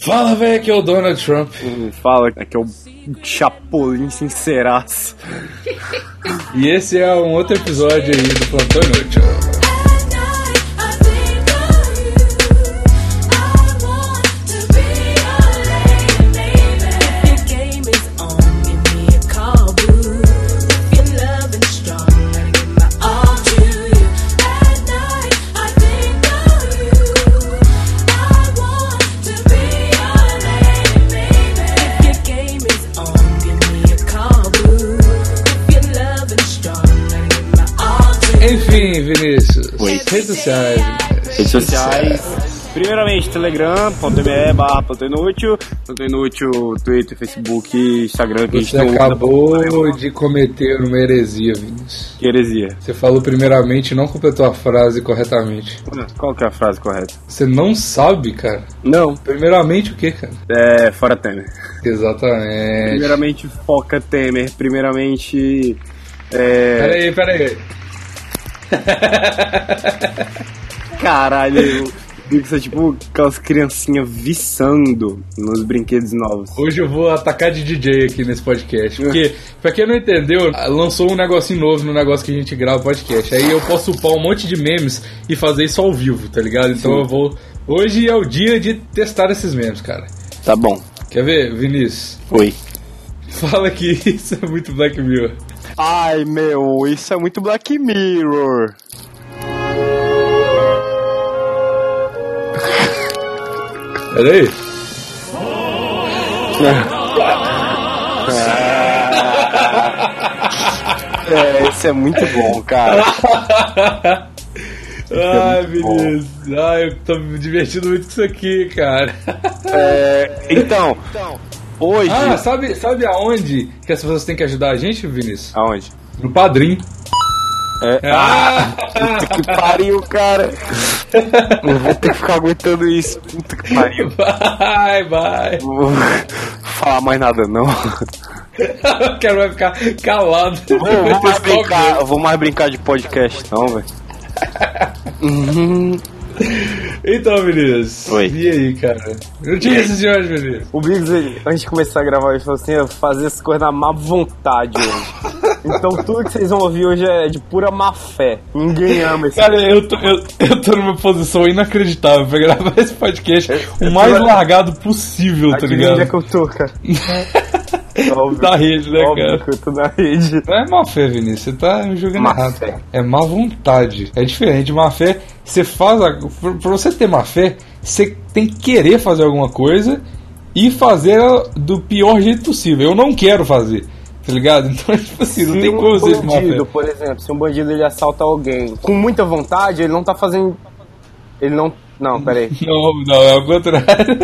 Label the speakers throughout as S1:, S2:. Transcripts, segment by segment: S1: Fala, velho, que é o Donald Trump.
S2: Ele fala que é o Chapolin sinceraço.
S1: E esse é um outro episódio aí do Plantão Inútil. Enfim, Vinícius.
S2: Oi.
S1: Redes sociais.
S2: Redes sociais. Primeiramente, telegram.me barra Plantão Inútil, Plantão Inútil, Twitter, Facebook, Instagram, que
S1: Você
S2: a gente não usa pra porra
S1: acabou
S2: nenhuma.
S1: de cometer uma heresia, Vinícius.
S2: Que heresia.
S1: Você falou primeiramente e não completou a frase corretamente.
S2: Qual que é a frase correta?
S1: Você não sabe, cara.
S2: Não,
S1: Primeiramente o que, cara?
S2: é fora Temer.
S1: Exatamente.
S2: Primeiramente, foca Temer. Primeiramente,
S1: Peraí,
S2: é...
S1: peraí.
S2: Caralho, eu digo que isso é tipo aquelas criancinhas viçando nos brinquedos novos.
S1: Hoje eu vou atacar de DJ aqui nesse podcast. Porque, pra quem não entendeu, lançou um negocinho novo no negócio que a gente grava o podcast. Aí eu posso upar um monte de memes e fazer isso ao vivo, tá ligado? Então eu vou. Hoje é o dia de testar esses memes, cara.
S2: Tá bom,
S1: Quer ver, Vinícius?
S2: foi.
S1: Fala que isso é muito Black Mirror.
S2: Ai, meu, isso é muito Black Mirror.
S1: Pera aí.
S2: É, isso é muito bom, cara.
S1: Ai,
S2: muito bom.
S1: Vinícius. Ai, eu tô me divertindo muito com isso aqui, cara.
S2: É, então, hoje.
S1: Ah, sabe, sabe aonde que as pessoas têm que ajudar a gente, Vinícius?
S2: Aonde?
S1: No Padrim.
S2: É,
S1: Ah!
S2: puta que pariu, cara. Não vou ter que ficar aguentando isso. Puta que pariu.
S1: Vai, vai.
S2: Não vou falar mais nada, não.
S1: O cara vai ficar calado.
S2: Vou,
S1: Vai
S2: vou
S1: ter
S2: mais
S1: só
S2: brincar, eu vou mais brincar de podcast, não, velho.
S1: medo. Então, Vinícius.
S2: Oi.
S1: E aí, cara? Notícias de hoje, Vinícius.
S2: O Biggs, ele, antes de começar a gravar, ele falou assim: eu vou fazer as coisas na má vontade hoje. Então tudo que vocês vão ouvir hoje é de pura má fé. Ninguém ama esse
S1: Cara, eu tô, eu, eu tô numa posição inacreditável pra gravar esse podcast o mais largado possível, tá
S2: Adivinha onde é
S1: ligado?
S2: que eu tô, cara? Óbvio,
S1: Da rede, né,
S2: óbvio
S1: cara?
S2: que eu tô na rede.
S1: Não é má fé, Vinícius. Você tá me julgando
S2: Má
S1: errado.
S2: fé.
S1: cara. É má vontade. É diferente. Má fé, você faz. A... Pra pra você ter má fé, você tem que querer fazer alguma coisa e fazer ela do pior jeito possível. Eu não quero fazer. Tá ligado? Então, é tipo assim, não
S2: Se
S1: tem como
S2: um
S1: você ter má
S2: bandido,
S1: fé.
S2: por exemplo, se um bandido ele assalta alguém com muita vontade, ele não tá fazendo. Ele não. Não, peraí.
S1: Não, não, é o contrário.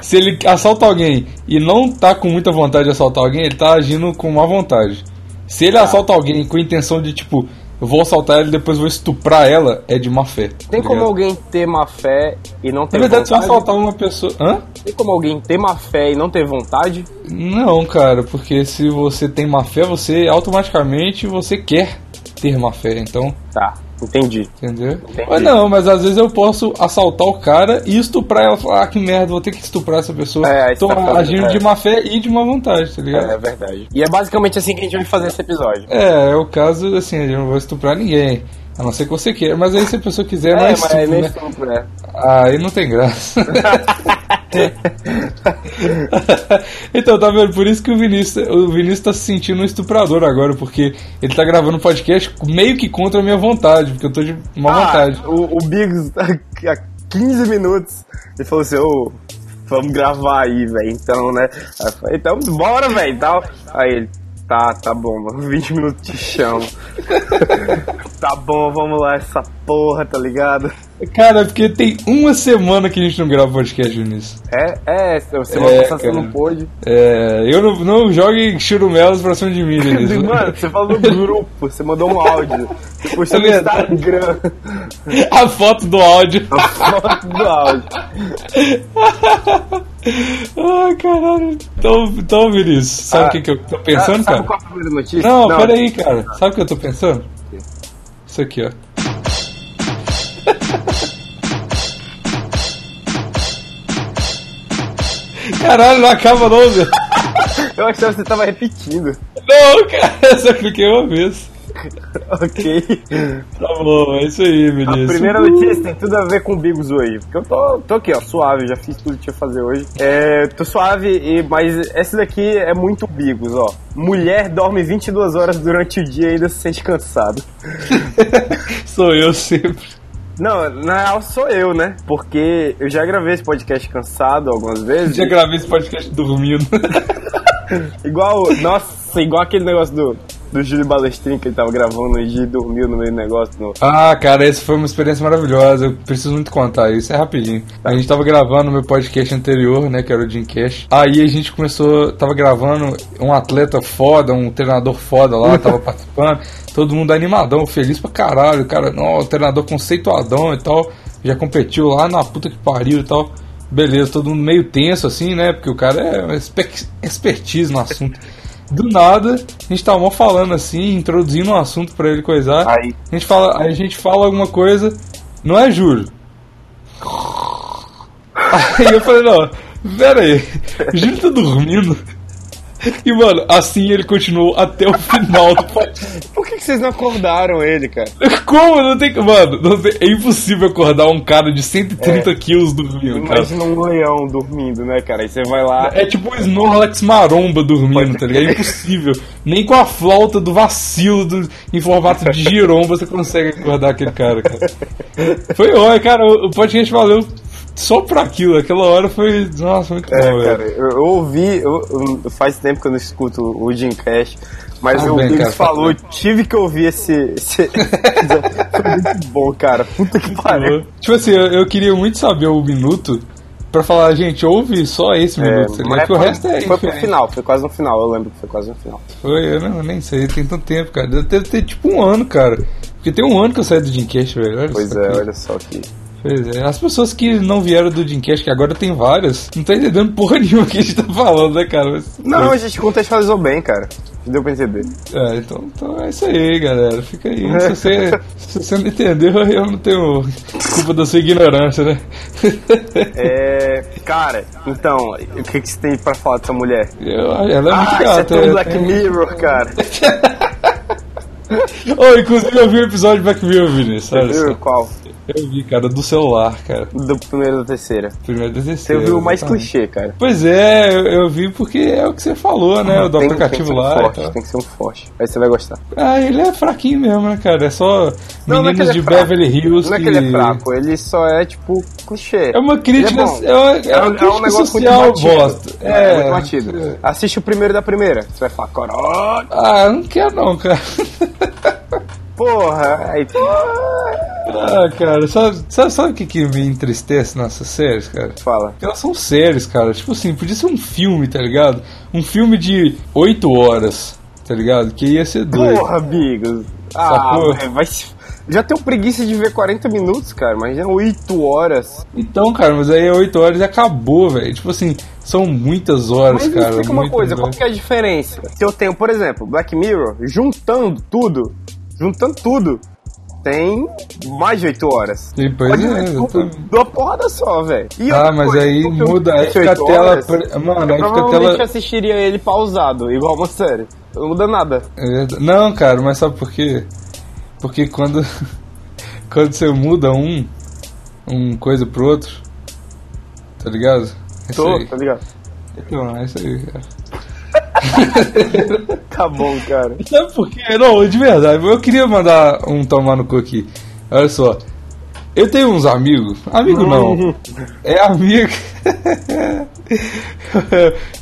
S1: Se ele assalta alguém e não tá com muita vontade de assaltar alguém, ele tá agindo com má vontade. Se
S2: Tá.
S1: ele assalta alguém com a intenção de, tipo, eu vou assaltar ela e depois vou estuprar ela, é de má fé.
S2: Tem
S1: tá
S2: como
S1: ligado?
S2: alguém ter má fé e não ter
S1: Na verdade, se eu
S2: vontade?
S1: assaltar uma pessoa. Hã?
S2: Tem como alguém ter má fé e não ter vontade?
S1: Não, cara, porque se você tem má fé, você automaticamente você quer ter má fé, então,
S2: Tá, entendi.
S1: entendeu?
S2: Entendi.
S1: Mas não, mas às vezes eu posso assaltar o cara e estuprar ela, falar, ah, que merda, vou ter que estuprar essa pessoa.
S2: É, aí
S1: então,
S2: você tá falando,
S1: agindo
S2: é.
S1: de má fé e de má vontade, tá
S2: É,
S1: ligado?
S2: verdade. E é basicamente assim que a gente vai fazer esse episódio.
S1: É, é o caso, assim, eu não vou estuprar ninguém. A não ser que você queira, mas aí se a pessoa quiser, não é,
S2: mas é
S1: estupro,
S2: meio
S1: né? Ah,
S2: estupro, né?
S1: Aí não tem graça. então, tá vendo? Por isso que o Vinícius, o Vinícius tá se sentindo um estuprador agora, porque ele tá gravando um podcast meio que contra a minha vontade, porque eu tô de má vontade.
S2: Ah, o, o Biggs, há 15 minutos, ele falou assim, ô, vamos gravar aí, velho, então, né? Aí eu falei, então, bora, velho, e tal. Aí ele, tá, tá bom, mano, 20 minutos de chão. tá bom, vamos lá, essa porra, tá ligado?
S1: Cara, porque tem uma semana que a gente não grava podcast, Vinícius.
S2: É, é, semana
S1: É,
S2: passada você
S1: cara.
S2: não pôde.
S1: É, eu não, não jogue churumelas pra cima de mim, Vinícius.
S2: Mano, você falou no grupo, você mandou um áudio. Você postou no
S1: É verdade.
S2: Instagram
S1: a foto do áudio.
S2: a foto do áudio.
S1: ah, caralho. Então, então Vinícius, sabe o
S2: Ah.
S1: que, que eu tô pensando,
S2: Ah,
S1: cara?
S2: sabe qual é a primeira notícia?
S1: Não, peraí, cara. Sabe o que eu tô pensando? Isso aqui, ó. Caralho, não acaba não, velho.
S2: Eu achava que você tava repetindo.
S1: Não, cara, eu só cliquei uma vez.
S2: ok.
S1: Tá bom, é isso aí,
S2: A
S1: menino.
S2: primeira notícia tem tudo a ver com bigos hoje. Porque eu tô, tô aqui, ó, suave, já fiz tudo que tinha que fazer hoje. É, tô suave, e, mas essa daqui é muito bigos, ó. Mulher dorme 22 horas durante o dia e ainda se sente cansado.
S1: Sou eu sempre.
S2: Não, na real sou eu, né? Porque eu já gravei esse podcast cansado algumas vezes.
S1: Já gravei esse podcast dormindo.
S2: Igual, nossa, igual aquele negócio do, do Júlio Balestrin que ele tava gravando um dia e dormiu no meio do negócio. No...
S1: Ah, cara, essa foi uma experiência maravilhosa. Eu preciso muito contar isso. É rapidinho. A gente tava gravando meu podcast anterior, né? Que era o Dreamcast. Aí a gente começou. Tava gravando um atleta foda, um treinador foda lá, tava participando. Todo mundo animadão, feliz pra caralho. Cara, não, treinador conceituadão e tal. Já competiu lá na puta que pariu e tal. Beleza, todo mundo meio tenso assim, né? Porque o cara é uma espe- expertise no assunto. Do nada, a gente tava mó falando assim, introduzindo um assunto pra ele coisar.
S2: Aí,
S1: A gente fala, aí a gente fala alguma coisa, não é Júlio. Aí eu falei, não, pera aí, o Júlio tá dormindo. E, mano, assim ele continuou até o final do podcast.
S2: por que, que vocês não acordaram ele, cara?
S1: Como? Não tem. Mano, não tem- é impossível acordar um cara de 130 quilos dormindo, cara.
S2: Imagina um leão dormindo, né, cara? Aí você vai lá.
S1: É tipo o Snorlax maromba dormindo, tá ligado? É impossível. Nem com a flauta do vacilo do, em formato de giromba você consegue acordar aquele cara, cara. Foi ótimo, cara. O o podcast valeu só pra aquilo. Aquela hora foi. Nossa, muito
S2: É,
S1: bom,
S2: cara,
S1: velho.
S2: eu, eu ouvi, eu- eu- faz tempo que eu não escuto o Jim Cash, mas
S1: Tá
S2: o
S1: bem, cara, tá
S2: Biggs falou, tive que ouvir esse. esse... Foi muito bom, cara. Puta que pariu.
S1: Tipo assim, eu, eu queria muito saber o minuto pra falar, gente, ouve só esse
S2: É,
S1: minuto, tá ligado?
S2: mas
S1: Porque o resto é.
S2: foi pro
S1: indiferente.
S2: final, foi quase no final, eu lembro que foi quase no final.
S1: Foi, eu não, nem sei, tem tanto tempo, cara. Deve ter, ter, tipo um ano, cara. Porque tem um ano que eu saí do Dreamcast, velho. Olha
S2: Pois
S1: só
S2: é,
S1: que-
S2: olha só que.
S1: Pois é, as pessoas que não vieram do Dreamcast, que agora tem várias, não tá entendendo porra nenhuma que a gente tá falando, né, cara? Mas-
S2: Não, a gente contextualizou bem, cara. Deu pra entender.
S1: É, então, então é isso aí, galera. Fica aí. Se
S2: É.
S1: você, se você não entendeu, eu não tenho culpa da sua ignorância, né?
S2: É. Cara, então, o que, que você tem pra falar dessa mulher?
S1: Eu- ela é
S2: Ah,
S1: muito
S2: isso é
S1: gata.
S2: tão
S1: eu
S2: Black
S1: tenho-
S2: Mirror, cara.
S1: Oh, inclusive eu vi o episódio de Black Mirror, Vinícius. Olha
S2: Você viu
S1: só.
S2: qual?
S1: Eu vi, cara, do celular, cara.
S2: Do primeiro da terceira.
S1: Primeiro da
S2: Você
S1: terceira,
S2: viu o mais
S1: exatamente.
S2: clichê, cara.
S1: então. Pois é, eu, eu vi porque é o que você falou, né? o do
S2: Tem-
S1: aplicativo
S2: tem que ser um
S1: lá. e
S2: Forte,
S1: tal.
S2: Tem que ser um forte. Aí você vai gostar.
S1: Ah, ele é fraquinho mesmo, né, cara? É só
S2: Não, não é que
S1: meninos
S2: ele é
S1: de
S2: fraco.
S1: Beverly Hills.
S2: Não é que ele é fraco, ele só é tipo clichê.
S1: É uma crítica,
S2: Ele bom. um,
S1: é uma- é uma crítica social
S2: batido.
S1: bosta.
S2: É,
S1: É.
S2: muito batido. Assiste o primeiro da primeira. Você vai falar, "Coro-
S1: Ah, eu não quero não, cara.
S2: porra. Aí,
S1: Ah, cara, sabe, sabe, sabe o que, que me entristece nessas séries, cara?
S2: fala.
S1: Elas são séries, cara. Tipo assim, podia ser um filme, tá ligado? Um filme de 8 horas, tá ligado? Que ia ser doido.
S2: Porra, Bigos. Ah,
S1: Sacou?
S2: velho, vai se- Já tenho preguiça de ver 40 minutos, cara. Imagina 8 horas.
S1: Então, cara, mas aí é 8 horas e acabou, velho. Tipo assim, são muitas horas,
S2: Mas me
S1: cara.
S2: explica uma
S1: muitas
S2: coisa, qual
S1: horas.
S2: que é a diferença? Se eu tenho, por exemplo, Black Mirror, juntando tudo, juntando tudo, tem mais de 8 horas.
S1: E, pois
S2: Pode
S1: é,
S2: ver tudo
S1: exatamente.
S2: de uma porrada só, velho. E
S1: Ah,
S2: outra
S1: mas
S2: coisa, tipo,
S1: aí
S2: se eu tenho
S1: muda, aí fica
S2: 18
S1: a tela.
S2: horas,
S1: pre- Mano,
S2: eu
S1: aí fica a
S2: provavelmente
S1: tela.
S2: assistiria ele pausado, igual uma série. Não muda nada.
S1: É, Não, cara, mas sabe por quê? Porque quando. quando você muda um. Um coisa pro outro. Tá ligado? É isso
S2: Tô,
S1: aí.
S2: tá ligado?
S1: Então, é isso aí, cara.
S2: Tá bom, cara.
S1: Sabe por quê? Não, de verdade, eu queria mandar um tomar no cu aqui. Olha só. Eu tenho uns amigos. Amigo não. É amigo.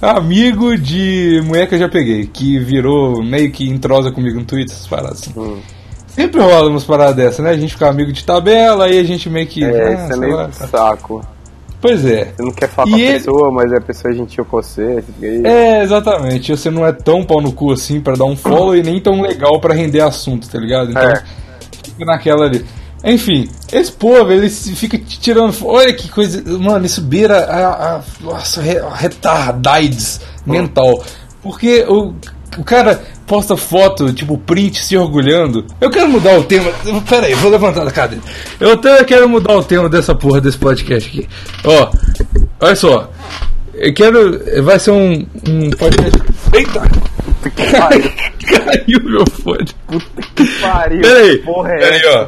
S1: amigo de mulher que eu já peguei, que virou meio que entrosa comigo no Twitter, essas paradas assim.
S2: Hum.
S1: Sempre rola umas paradas dessa, né? A gente fica amigo de tabela, aí a gente meio que.
S2: É,
S1: ah,
S2: isso é
S1: sei lá.
S2: meio saco.
S1: Pois é.
S2: Você não quer falar
S1: E
S2: com a
S1: ele-
S2: pessoa, mas a pessoa é gentil com você. fica aí.
S1: É, exatamente. Você não é tão pau no cu assim pra dar um follow e nem tão legal pra render assunto, tá ligado? Então,
S2: É.
S1: fica naquela ali. Enfim, esse povo, ele se- fica te tirando. fo- Olha que coisa. Mano, isso beira a. a nossa, re- a retardades mental. Porque o, o cara posta foto, tipo, print se orgulhando. Eu quero mudar o tema. Pera aí, vou levantar da cadeira. Eu até quero mudar o tema dessa porra desse podcast aqui. Ó, olha só. Eu quero. Vai ser um. um podcast. Eita!
S2: Puta que pariu.
S1: Caiu meu fone.
S2: Puta que pariu.
S1: Peraí.
S2: Porra, é.
S1: Peraí, ó.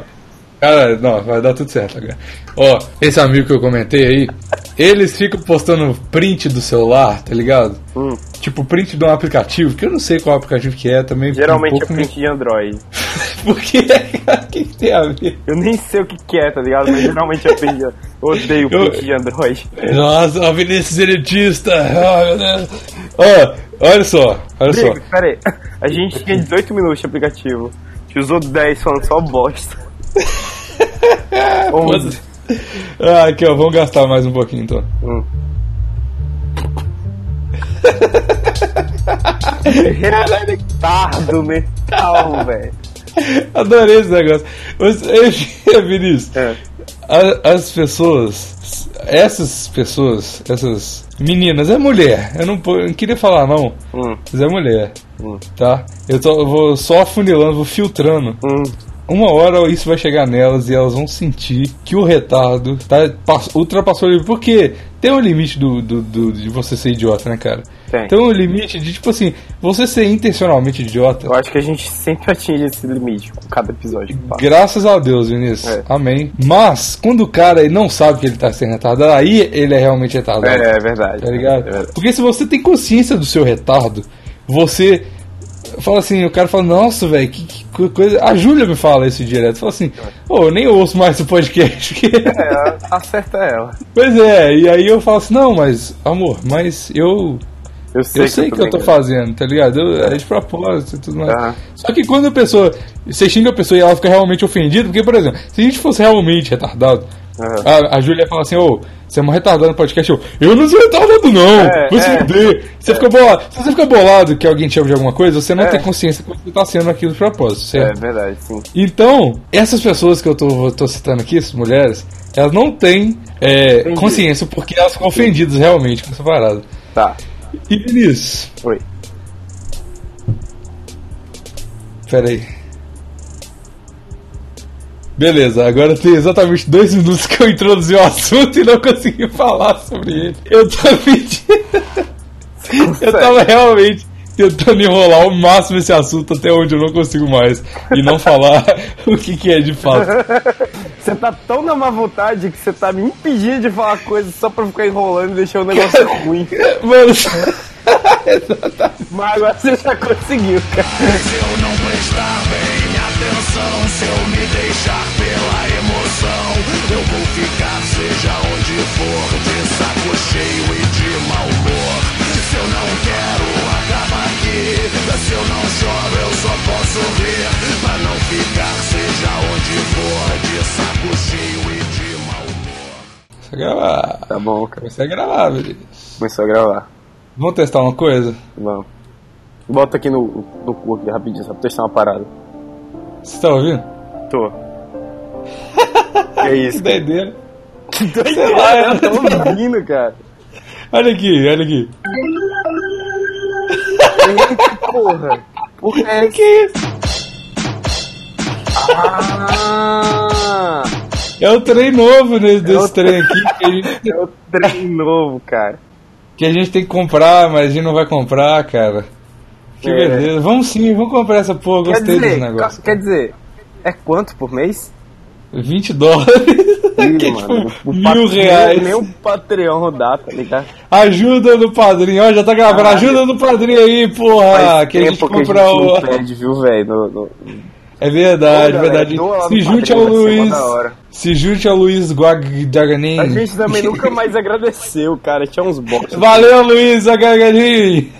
S1: Cara, não, vai dar tudo certo agora. Ó, esse amigo que eu comentei aí, eles ficam postando print do celular, tá ligado?
S2: Hum,
S1: Tipo, print de um aplicativo, que eu não sei qual aplicativo que é também.
S2: geralmente
S1: um
S2: é
S1: pouco
S2: print de Android.
S1: me- Porque, cara, o que que tem a ver?
S2: Eu nem sei o que, que é, tá ligado? Mas geralmente é print de Android. Eu odeio
S1: Eu-
S2: print de Android.
S1: Nossa, ó, Vinícius Elitista. Ah, meu Deus. Ó, olha só, olha só.
S2: Rodrigo, pera aí. A gente tinha 18 minutos de aplicativo. Te usou 10 falando só bosta. Um. Onze.
S1: Ah, aqui, ó, vamos gastar mais um pouquinho então.
S2: Hum. Retardo mental, velho.
S1: Adorei esse negócio. Os- Enfim, Vinícius,
S2: É.
S1: a- as pessoas, essas pessoas, essas meninas, é mulher. Eu não, po- eu não queria falar não,
S2: Hum,
S1: mas é mulher,
S2: hum,
S1: tá? Eu, tô- eu vou só afunilando, vou filtrando.
S2: hum.
S1: Uma hora isso vai chegar nelas e elas vão sentir que o retardo tá, pass- ultrapassou o limite. Porque tem um limite do, do- do- de você ser idiota, né, cara?
S2: Tem.
S1: Tem um limite de, tipo assim, você ser intencionalmente idiota.
S2: Eu acho que a gente sempre atinge esse limite com cada episódio que passa.
S1: Graças a Deus, Vinícius.
S2: É.
S1: Amém. Mas, quando o cara ele não sabe que ele tá sendo retardado, aí ele é realmente retardado.
S2: É, é verdade.
S1: Tá
S2: É
S1: ligado?
S2: verdade.
S1: Porque se você tem consciência do seu retardo, você fala assim, o cara fala, nossa, velho, que, que co- coisa. A Júlia me fala isso direto. Fala assim, pô, eu nem ouço mais o podcast. porque-
S2: É, acerta ela.
S1: pois é, e aí eu falo assim, não, mas, amor, mas eu.
S2: Eu sei,
S1: Eu sei que eu tô
S2: brincando.
S1: fazendo, tá ligado? Eu- é de propósito e tudo mais.
S2: Aham.
S1: Só que quando a pessoa. Você xinga a pessoa e ela fica realmente ofendida, porque, por exemplo, se a gente fosse realmente retardado,
S2: Aham.
S1: a, a Júlia ia falar assim, ô, você é uma retardada no podcast, eu, eu não sou retardado, não!
S2: É,
S1: Vai se
S2: é.
S1: fuder! Você fica bolado. Se você fica bolado que alguém te chama de alguma coisa, você não
S2: É.
S1: tem consciência que você tá sendo aquilo de propósito,
S2: É
S1: certo?
S2: verdade, sim.
S1: Então, essas pessoas que eu tô, tô citando aqui, essas mulheres, elas não têm é,
S2: Entendi.
S1: consciência porque elas ficam ofendidas realmente com essa parada.
S2: Tá.
S1: E Vinícius,
S2: Oi.
S1: Pera aí. Beleza, agora tem exatamente dois minutos que eu introduzi o assunto e não consegui falar sobre ele. Eu tava mentindo. Eu tava realmente tentando enrolar o máximo esse assunto até onde eu não consigo mais. E não falar o que, que é de fato.
S2: Você tá tão na má vontade que você tá me impedindo de falar coisas só pra ficar enrolando e deixar o negócio ruim.
S1: Mano,
S2: Mas agora você já conseguiu, cara.
S3: Se eu não prestar bem atenção, se eu me deixar pela emoção, eu vou ficar seja onde for, de saco cheio e de mau humor. Se eu não quero acabar aqui, se eu não choro, eu só posso rir. Pra não ficar seja onde for, de saco cheio e de mau humor.
S1: começa a gravar.
S2: Tá bom, cara.
S1: Comecei a gravar, beleza.
S2: Começou a gravar.
S1: Vamos testar uma coisa?
S2: Vamos. Bota aqui no, no cu aqui rapidinho, só pra testar uma parada.
S1: Você tá ouvindo?
S2: Tô. que
S1: Que
S2: isso?
S1: doideira.
S2: Sei
S1: lá,
S2: eu tô ouvindo, cara.
S1: Olha aqui, olha aqui.
S2: Eita, porra. Porra é essa?
S1: Que isso?
S2: Ah,
S1: É o trem novo nesse, desse
S2: o
S1: trem aqui que a, gente,
S2: é o trem novo, cara.
S1: que a gente tem que comprar, mas a gente não vai comprar, cara. Que
S2: É.
S1: beleza. Vamos sim, vamos comprar essa porra.
S2: Quer
S1: Gostei desse
S2: dizer,
S1: negócio.
S2: quer dizer, é quanto por mês?
S1: 20 dólares. que é
S2: Ih,
S1: tipo
S2: mano, o
S1: mil
S2: Patreon-
S1: reais.
S2: Nem o Patreon dá, tá ligado?
S1: Ajuda no padrinho. Ó, já tá gravando.
S2: Caralho.
S1: Ajuda no padrinho aí, porra. Ah, Que a gente compra
S2: não
S1: o.
S2: pede, viu, velho? No, no...
S1: É verdade,
S2: Pô,
S1: verdade.
S2: galera, doa lá no
S1: Se junte ao
S2: Padrim, vai ser mó
S1: Luiz.
S2: da hora.
S1: Se junte ao Luiz Guagaganin.
S2: A gente também nunca mais agradeceu, cara. Tinha uns bots.
S1: Valeu, Luiz Guagaganin.